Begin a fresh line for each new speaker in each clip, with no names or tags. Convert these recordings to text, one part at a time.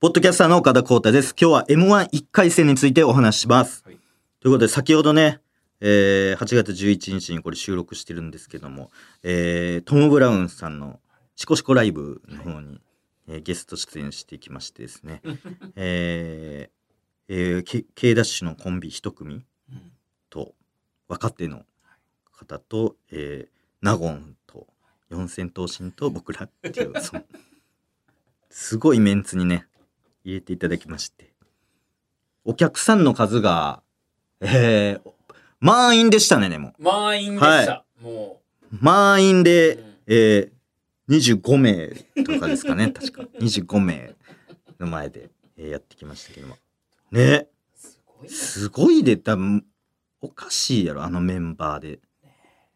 ポッドキャスターの岡田光太です。今日は M11 回戦についてお話しします。
はい
ということで、先ほどね、えー8月11日にこれ収録してるんですけども、えートム・ブラウンさんのシコシコライブの方に、えーゲスト出演してきましてですね、えーえー K- K ダッシュのコンビ一組
うん
と若手の方と、えー納言と四千頭身と僕らっていうそのすごいメンツにね入れていただきましてお客さんの数がえー満員でしたねでも
満員でした、も
満員
う、
で
う、ん
えー、25名とかですかね確か25名の前で、えーやってきましたけどもね
すごいな
すごいで多分おかしいやろあのメンバーで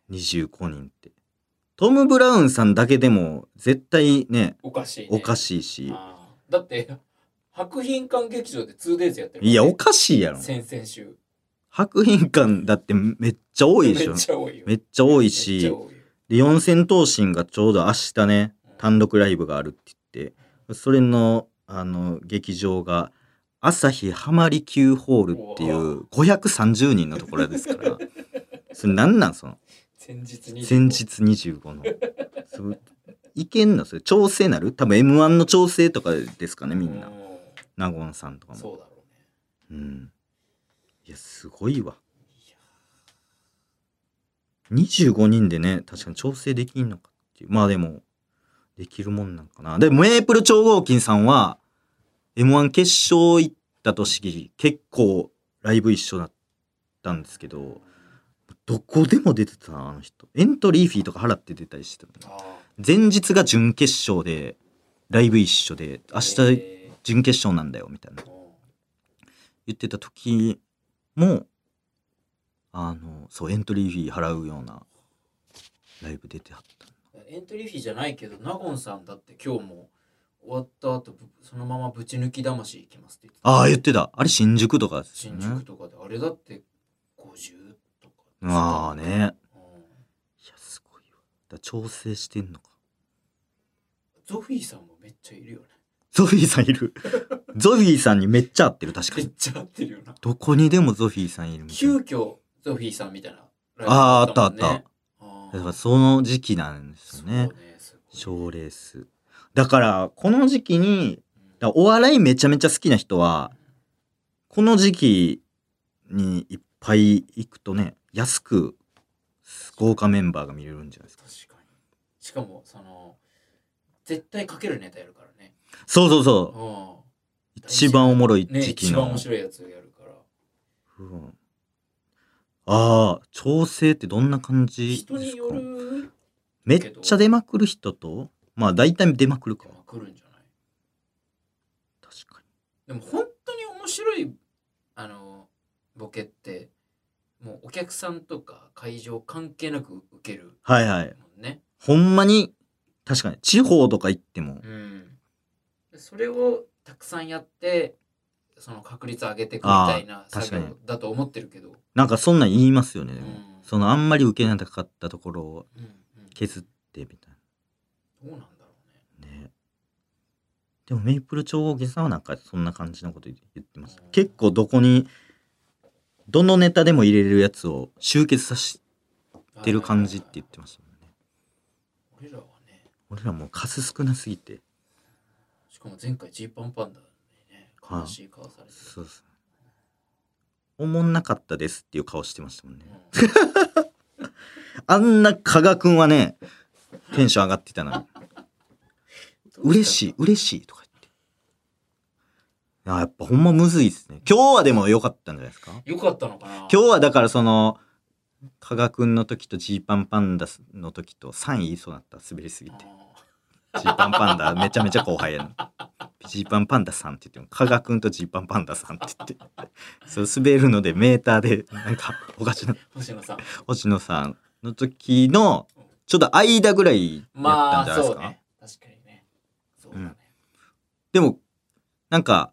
25人ってトム・ブラウンさんだけでも絶対ね
おかしい、ね、
おか
い
しいし
だって博品館劇場で 2days やってるからね
いやおかしいやろ
先々週
白品館だってめっちゃ多いでしょ
めっちゃ多いよ
め
っ
っちゃ多いし
めっちゃ多いよ
で四千頭身がちょうど明日ね単独ライブがあるって言ってそれのあの劇場が朝日浜離宮ホールっていう530人のところですから それなんなんその
前日に
前日25のそういけんのそれ調整なる多分 m 1の調整とかですかねみんな
う
納言さんとかも
そうだろうね
うんいやすごいわ
いや
25人でね確かに調整できんのかっていうまあでもできるもんなんかなでメープル超合金さんは m 1決勝行った年結構ライブ一緒だったんですけどどこでも出てたなあの人エントリーフィーとか払って出たりしてたもん
ああ
前日が準決勝でライブ一緒で明日
え
準決勝なんだよみたいな
ーも
言ってた時もあのそうエントリーフィー払うようなライブ出てはった
うエントリーフィーじゃないけど納言さんだって今日も終わった後ぶそのままぶち抜き魂行きますって言ってた
ああ言ってたあれ新宿とかですよ
新
ね
宿とかであれだって50とか
ああねいや
うん
すごいわだから調整してんのか
ゾフィーさんもめっちゃいるよね
ゾフィーさんい るゾフィーさんにめっちゃ合ってる確か
めっ
に
ちゃ合ってるよな
どこにでもゾフィーさんいるみたい
急
な
遽ゾフィーさんみたいな
あーあったあった
あ
だからその時期なんですよ
そうね
ね
すごい
賞レースだからこの時期に
う
だ
ん
からお笑いめちゃめちゃ好きな人はこの時期にいっぱい行くとね安く豪華メンバーが見れるんじゃないですか
確かにしかもその絶対かけるネタやるからね
そうそうそう
あ
一番おもろい
ね
時期
一
の、
番面白いやつやるから
うんああ調整ってどんな感じですか
人による
めっちゃ出まくる人とまあ大体出まくるか
まあ来るんじゃない
確か
でも本当に面白いあのボケってもうお客さんとか会場関係なく受ける
にはいはい
もんね
ほんまに確かに地方とか行っても
うん、それをたくさんやってその確率上げていくみたいな
あー
作
確
業だと思ってるけど、
なんかそんなん言いますよね
う
で
ん
も、そのあんまり受けなかったところを
うんうん、
削ってみたいな
どうなんだろうね
ねでもメイプル超合金さんはなんかそんな感じのこと言ってました
うん
結構どこにどのネタでも入れるやつを集結させてる感じって言ってましたもんね
俺らはね
俺らもう数少なすぎて
しかも前回ジーパンパンダにね悲しい顔されて
そうですねおもんなかったですっていう顔してましたもんね
うん
あんな加賀くんはねテンション上がってたな嬉しい嬉しいとか言ってあやっぱほんまむずいですね今日はでも良かったんじゃないですか
よかったのかな
今日はだからその加賀くんの時とジーパンパンダの時と3位言いそうになった滑りすぎてジーパンパンダめちゃめちゃ後輩やなジーパンパンダさんって言っても加賀くんとジーパンパンダさんって言ってそう滑るのでメーターでなんかおかしな
星野さん
星野さんの時のちょっと間ぐらいやった
ま
んじゃない
あ
です
そ
か、
うね確かにねそうだね、
でもなんか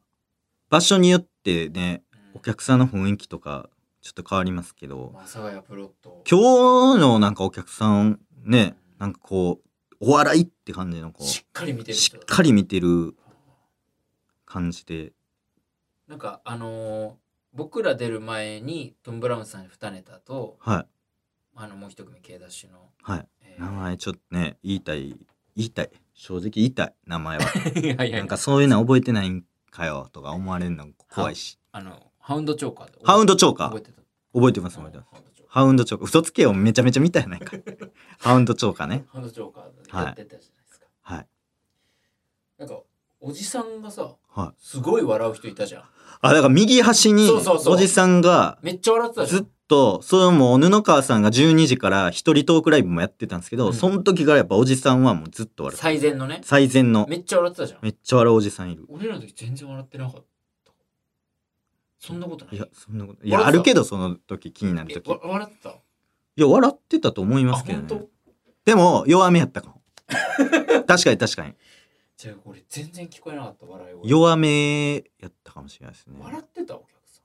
場所によってね
うん
お客さんの雰囲気とかちょっと変わりますけど
まあ阿佐ヶ谷プロット
今日のなんかお客さんねなんかこうお笑いって感じのこ
しっかり見て
う
る
し
人
っかり見てる感じで。
なんかあのー僕ら出る前にトム・ブラウンさん2ネタと
はい。
あのもう一組 K ダッシュの、
はい。
え
名前ちょっとね、言いたい。言いたい。正直言いたい。名前 は。
ー はいはい
なんかそういうの覚えてないんかよとか思われるの怖いし。
あのハウンドチョーカーで
ハウンドチョーカ
覚え
ー。
てた
覚えてます、覚えてます。
ハウンドチョーカ
ハウンドチョーカー。嘘つけよ、めちゃめちゃ見たやないか。ハウンドチョーカーね
ー。ハウンドチョーカーでやってたじゃないですか、
はい。
なんかおじさんがさ
はい。
すごい笑う人いたじゃん
あ、だから右端に、
そうそうそう
おじさんが、
めっちゃ笑ってたじゃ
ず
ん
っと、それも布川さんが12時から一人トークライブもやってたんですけど、
うん
その時からやっぱおじさんはもうずっと笑う。
最善のね
最善の。
めっちゃ笑ってたじゃん
めっちゃ笑うおじさんいる。
俺らの時全然笑ってなかったそんなことない
いや、そんなこと。いや、
笑ってた
あるけど、その時気になる
え
時。
わ笑ってた
いや、笑ってたと思い
あ
ますけど
本
ね
当。
でも、弱めやったか も。確かに確かに。
じゃあ俺全然聞こえなかった笑い声
弱めやったかもしれないですね。
笑ってたお客さ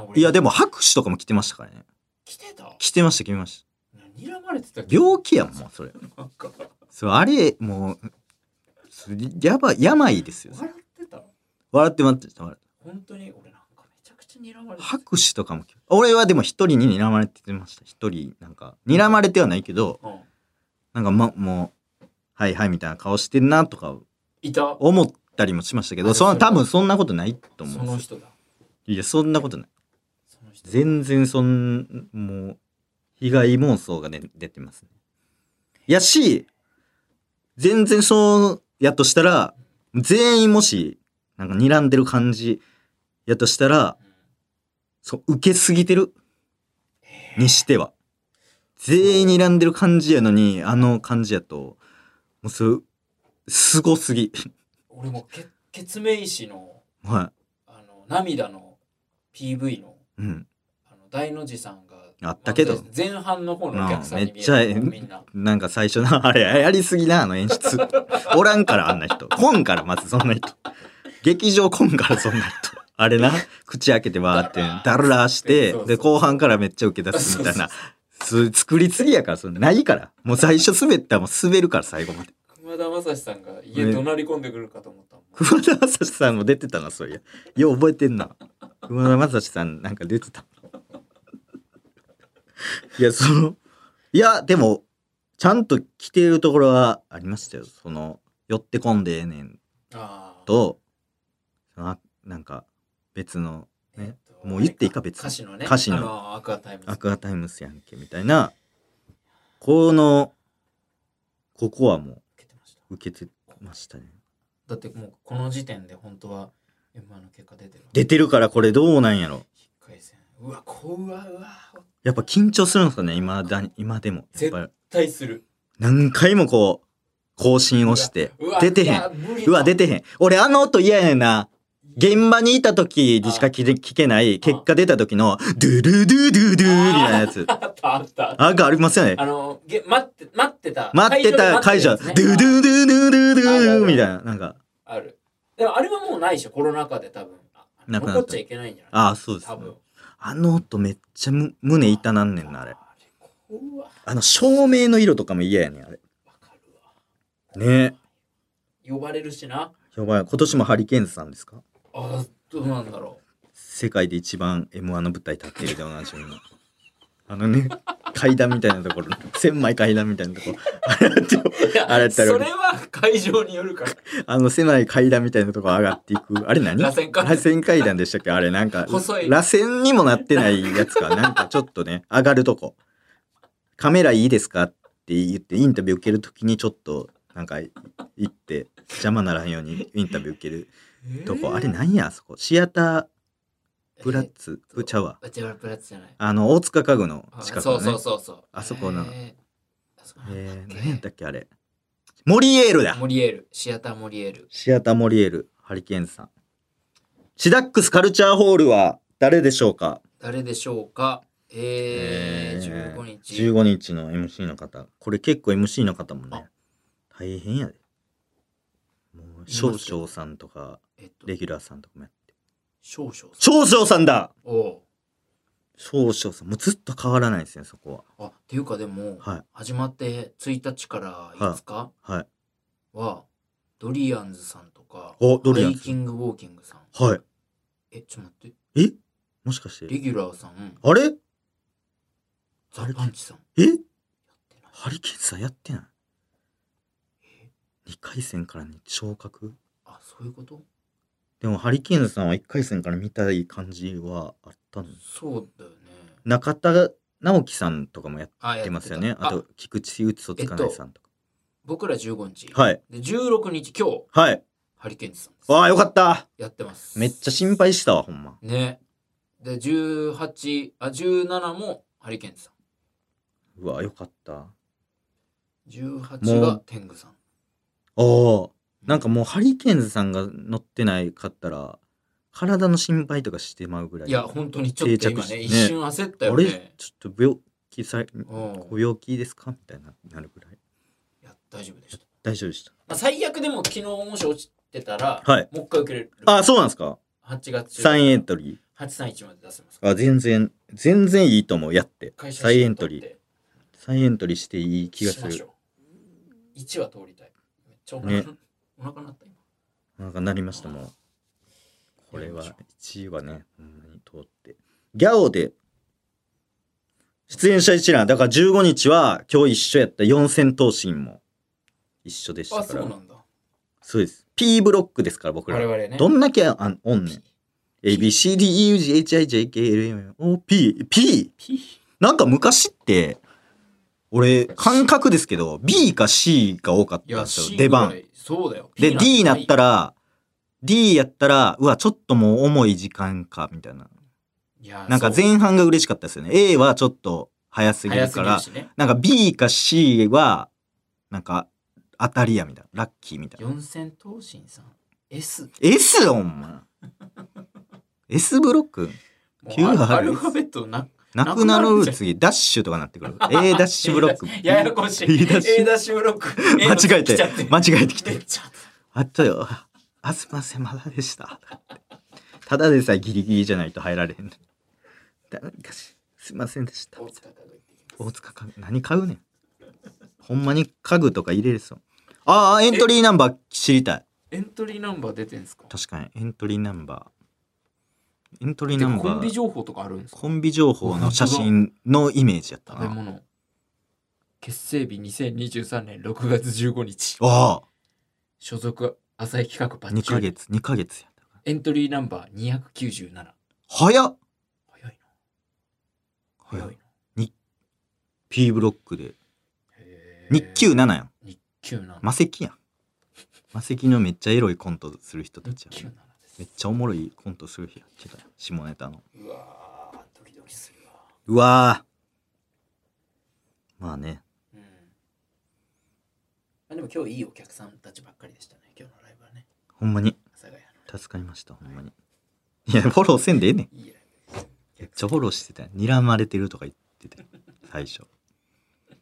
んあ
いや、で
も
も拍手とかも来てましたからね。
来てた
来てました、来てました。
睨まれてた
病気やもん、もうそれ。
なんか
それ、あれ、もう、すやばい、病ですよ。
笑ってた
笑って待ってた、笑って
本当に俺なんかめちゃくちゃ睨まれてた
拍手とかも来俺はでも一人に睨まれてました。一人、なんか、睨まれてはないけど、
うん
なんか、ま、もう、はいはいみたいな顔してんなとか
いた
思ったりもしましたけ
あ
ど、そ
そ
の
れは
多分そんなことないと
そ
思うんですよ
の人だ
いや、そんなことない。
その人だ
全然そん、もう、被害妄想が、ね、出てますね。やし、全然そうやとしたら、全員もし、なんか睨んでる感じやとしたら、
うん
そう、受けすぎてる。にしては。全員睨んでる感じやのに、あの感じやと、もうす、すごすぎ。
俺もけケツメイシの
は
あの涙の PV の
い。うん。
あの大の字さんが
あったけど
漫才して前半の方のお客さん
なあ
に見え
めっちゃええ
たもうみんな
なんか最初の、あ れ、やりすぎな、あの演出。 おらんから、あんな人。来んから、まずそんな人。劇場来んから、そんな人。あれな、口開けてわー って、だるらーして
そうそ、う
で、後半からめっちゃ受け出すみたいな。す作りすぎやから、そのないから。もう最初滑ったらもう滑るから、最後まで。
熊田正史さんが家怒鳴り込んでくるかと思ったもん
熊田正史さんも出てたな、そういや。よう覚えてんな。熊田正史さんなんか出てた。いや、その、いや、でも、ちゃんと着ているところはありましたよ。その、寄ってこんでええねん
あー
と、そのあなんか、別のね
えっと
もう言っていいか別に
歌詞のね
歌詞の
あのアクアタイムズ
アクアタイムスやんけみたいな、この、ここはも
受けてました
う受けてましたね。
だってもうこの時点で本当は M1 の結果出てる
出てるからこれどうなんやろ。
一回戦うわこううわうわ
やっぱ緊張するんですかね、今だに、今でも。やっぱり
対する
何回もこう、更新をして
うわ、
出てへ
い
ん。
や無理
う
だ
わ、出てへん。俺、あの音嫌やねんな。現場にいた時にしか聞け聞けない、結果出た時の、ドゥルドゥドゥドゥみたいなやつ。
あったあった
あがありますよね。
あのげ待って待ってた
待ってた会社、ドゥ
で
ドゥ
待
ド
ってるやつね
ゥドゥドゥド
あるあ
ゥ
る
みたいな。なんか、
あるでもあれはもうないでしょコロナ禍で多分あ
なくなった
残っちゃいけないんじゃない
ああ、そうです
多
ね。
分
あの音めっちゃむ胸痛なんねんな、あれ。
こうわ
あの、照明の色とかも嫌やねん、あれ。
わかるわ
ね
呼ばれるしな
やばい。今年もハリケーンズさんですか
あどうなんだろ
世界で一番 M1 の舞台立ってるでおなじみの。あのね、階段みたいなところ、 千枚階段みたいなところ、あれって
ういや
あれやったら
それは会場によ るから
あの狭い階段みたいなところ上がっていく。あれ何
螺旋階段
螺旋階段でしたっけあれなんか、
細い
螺旋にもなってないやつか。なんかちょっとね、上がるとこ。カメラいいですかって言って、インタビュー受けるときにちょっと、なんか行って、邪魔ならんようにインタビュー受けるとこ。あれ何やあそこ。シアターブラッツ、ブチャワー。
あ違うプラッツじゃない
あの、大塚家具の
あ
近く
そ
の
うそう
ね。
そうそう
あそこな
えーあそこなんだ
えー、
っけ
何やったっけあれ。モリエールだ
モリエールシアターモリエール
シアターモリエール、ハリケーンさん。シダックスカルチャーホールは誰でしょうか
誰でしょうか
え
えー、
ー
15日
15日の MC の方。これ結構 MC の方もね、大変やで。もう、
見ますよ
少々さんとか、
えっと
レギュラーさんとかもやって。
少々さん
少々さんだ
お
少々さん。もうずっと変わらないですね、そこ
うあっていうかでも、
は。はい。
始まって1日から5日
はい。
はドリアンズさんとか、
おドリア
ハ
ン
イキングウォーキングさん。
はい。
え、ちょっと待って。
えもしかして
レ。ギュラーさん、
あれ
ザ・パンチさん。
え
やってない
ハリケーンさんやってない ?2 回戦からに昇格
あ、そういうこと
でもハリケーンさんは1回戦から見たい感じはあったの
そうだよね。
中田直樹さんとかもやっ
あ、やってて
ますよね。
た
あと、菊池嘘つかないさんとか。
僕ら15日。
はい。
で、16日、今日、
はい。
ハリケーンズさんです。
わあ、よかった。
やってます。
めっちゃ心配したわ、ほんま。
ね。で、18、あ、17もハリケーンズさん。
うわ、よかった。
18
も
が
う
天狗さん。
おお、なんかもうハリケーンズさんが乗ってないかったら、体の心配とかしてまうぐらい。
いや、本当にちょっと今
定着して
ね、
ね
一瞬焦ったよ
あれ
ね。
ちょっと病気さ、
うん
ご病気ですかみたいな、なるぐらい。
いや、大丈夫でした。
大丈夫でし
まあ、最悪でも昨日もし落ちてたら、
た。はい。
もう一回受けれる。
あ、そうなんですか
8月
?3 エントリ
831まで出せますか
ー。あ、全然、全然いいと思う、やって。
ら。
再エントリー。再エントリーしていい気
気
が
が
す
す
る
る。。1は通りたい。めっちゃお腹,、
ね
お腹なった今。
なんかなりました、もう。これは、1位はね、ほんまに通って。ギャオで、出演者一覧、だから15日は今日一緒やった四千頭身も一緒でした
あ、
か
そう
ら
な。んだ。
そうです。P ブロックですから、僕ら
我。々ね。
どんだけあんおんねん。ABCDEUGHIJKLMOP。P!
P?
なんか昔って、俺、感覚ですけど、B か C が多かっ
い
たん
や、
ですよ、
C
出
ぐら
番。
い。そうだよ。
で、D になった
ら。
ら、D やったら、うわ、ちょっともう重い時間か、みたいな。
いや
なんか
そう
前半が嬉しかったですよね。A はちょっと早すぎ
早
る
す
か
ぎる
ら、
しね。
なんか B か C は、なんか、当たりや、みたいな。ラッキーみたいな。
四千頭身さん。S。
S お前 S ブロック
も う
九がある
アルファベット
な
な
くな
なくな
る
るじゃん
次ダッシュとかなってく る A ダッシュブロック
ややこしい。
B ダッシ
A
ュ
ダッシュブロック。
間違えて
A の来ちゃっ
間違えてき
め
て
っちゃ
あったよあすいませんまだでしたただでさえギリギリじゃないと入られへんだかしすいませんでした
大塚家具行ってきます
大塚家具何買うねんほんまに家具とか入れるそうああエントリーナンバー知りたい
エントリーナンバー出てんすか
確かにエントリーナンバーエントリー
て
ナ
か
ン
コン
バ
ビ
ー
情報とかあるんですか
コンビ情報の写真のイメージやった
食べ
な
物。結成日2023年6月15日。
あ
所属浅井企画
あ、
バッ
2
チュ
ヶ
ール。
月、2ヶ月やったから。
エントリーナンバー297。
早っ
早いな。早いな。
!P ブロックで。
へー
日給7やん。
日給な。
魔石やん。魔石のめっちゃエロいコントする人たち
日
や
給
ん。
なです。
めっちゃおもろいコントする人やってたよ下ネタの。
うわー、ドキドキするわ。
うわーまあね。
うん。あでも今日いいお客さんたちばっかりでしたね。今日のライブはね。
ほんまに。
阿佐ヶ谷の。
助かりました、ほんまに。いや、フォローせんでええねん。
いいライブ
め
で
っ
し
ちゃ
た。
フォローしてたよ。睨まれてるとか言ってたよ。最初。
あ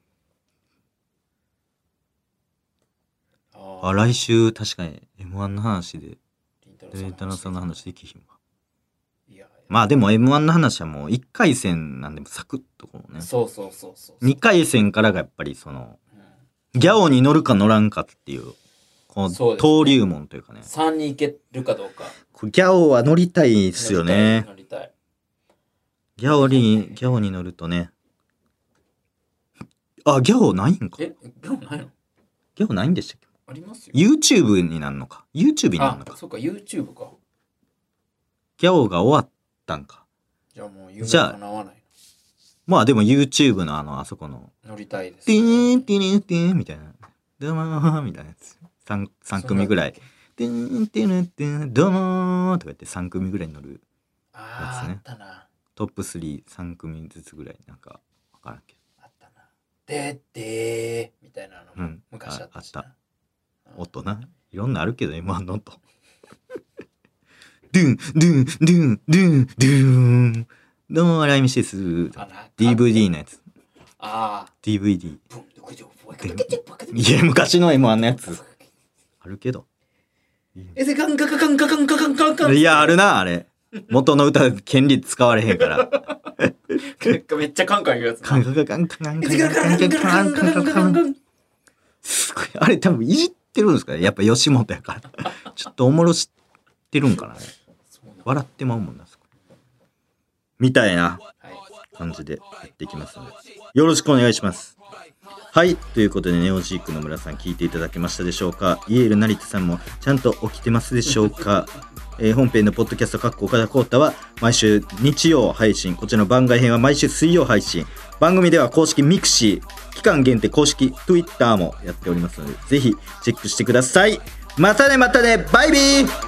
あ、来週確かに M1 の話で、
ー、
データナさんの話できひんわ。
いや、
まあでも M1 の話はもう1回戦なんでサクッとこうね。
そうそうそうそう。
2回戦からがやっぱりその、
うん
ギャオに乗るか乗らんかっていう、この
そうですね
登竜門というかね。
3に行けるかどうか。
これギャオは乗りたいですよね。
乗りたい。
ギャオに、ギャオに乗るとね。あ、ギャオないんか。
え、今日ないの
ギャオないんでしたっけ
ありますよ。
?YouTube になるのか。YouTube になる
あ
の、か。
そうか、YouTube か。
ギャオが終わったんか。
じゃあもう夢
じゃあ
叶わない
まあでも YouTube のあの、あそこの、
な。乗りたいです
テ
ね、
ィーン、ティーン、ティーンみたいな。どうもーみたいなやつ。3、三組ぐらい。てんてんてん、どうもーとか言って3組ぐらい乗る。
あーあったな。
トップ3、3組ずつぐらい。なんか、わからんけ
あったな。ででーみたいなの
ど。う
も
ん。
昔あったしな、
ああ音な。いろんなあるけど、M1 の音。ドゥン、ドゥン、ドゥン、ドゥン、ドゥーン。どうも、ライムシです。
あな
DVD のやつ。
ああ。
DVD。
ブンドクジョブ
で
ブン
いや、昔の M1 のやつ。あるけど。
えせカンカカカンカカンカカンカンカン
いや、あるな、あれ。元の歌、権利使われへんから。
なんかめっちゃカンカン言うやつ
カ
な
ンカカンカンカン
え
カ
せ
ン
カンカ
カ
ン
ンカン
カンカ
カンカ
ンカン
ン
カ
カ
ン
ン
カン
すごい。あれ多分いじっってるんですかねやっぱ吉本やからちょっとおもろしてるんかなあれ
そうなん
笑ってまうもんなそこみたいな
はい
感じでやっていきますのでよろしくお願いしますはいということでネオジークの村さん聞いていただけましたでしょうかイエール成田さんもちゃんと起きてますでしょうか、 えー本編のポッドキャスト「かっこ岡田浩太」は毎週日曜配信こちらの番外編は毎週水曜配信番組では公式ミクシー期間限定公式 Twitter もやっておりますのでぜひチェックしてくださいまたねまたねバイビー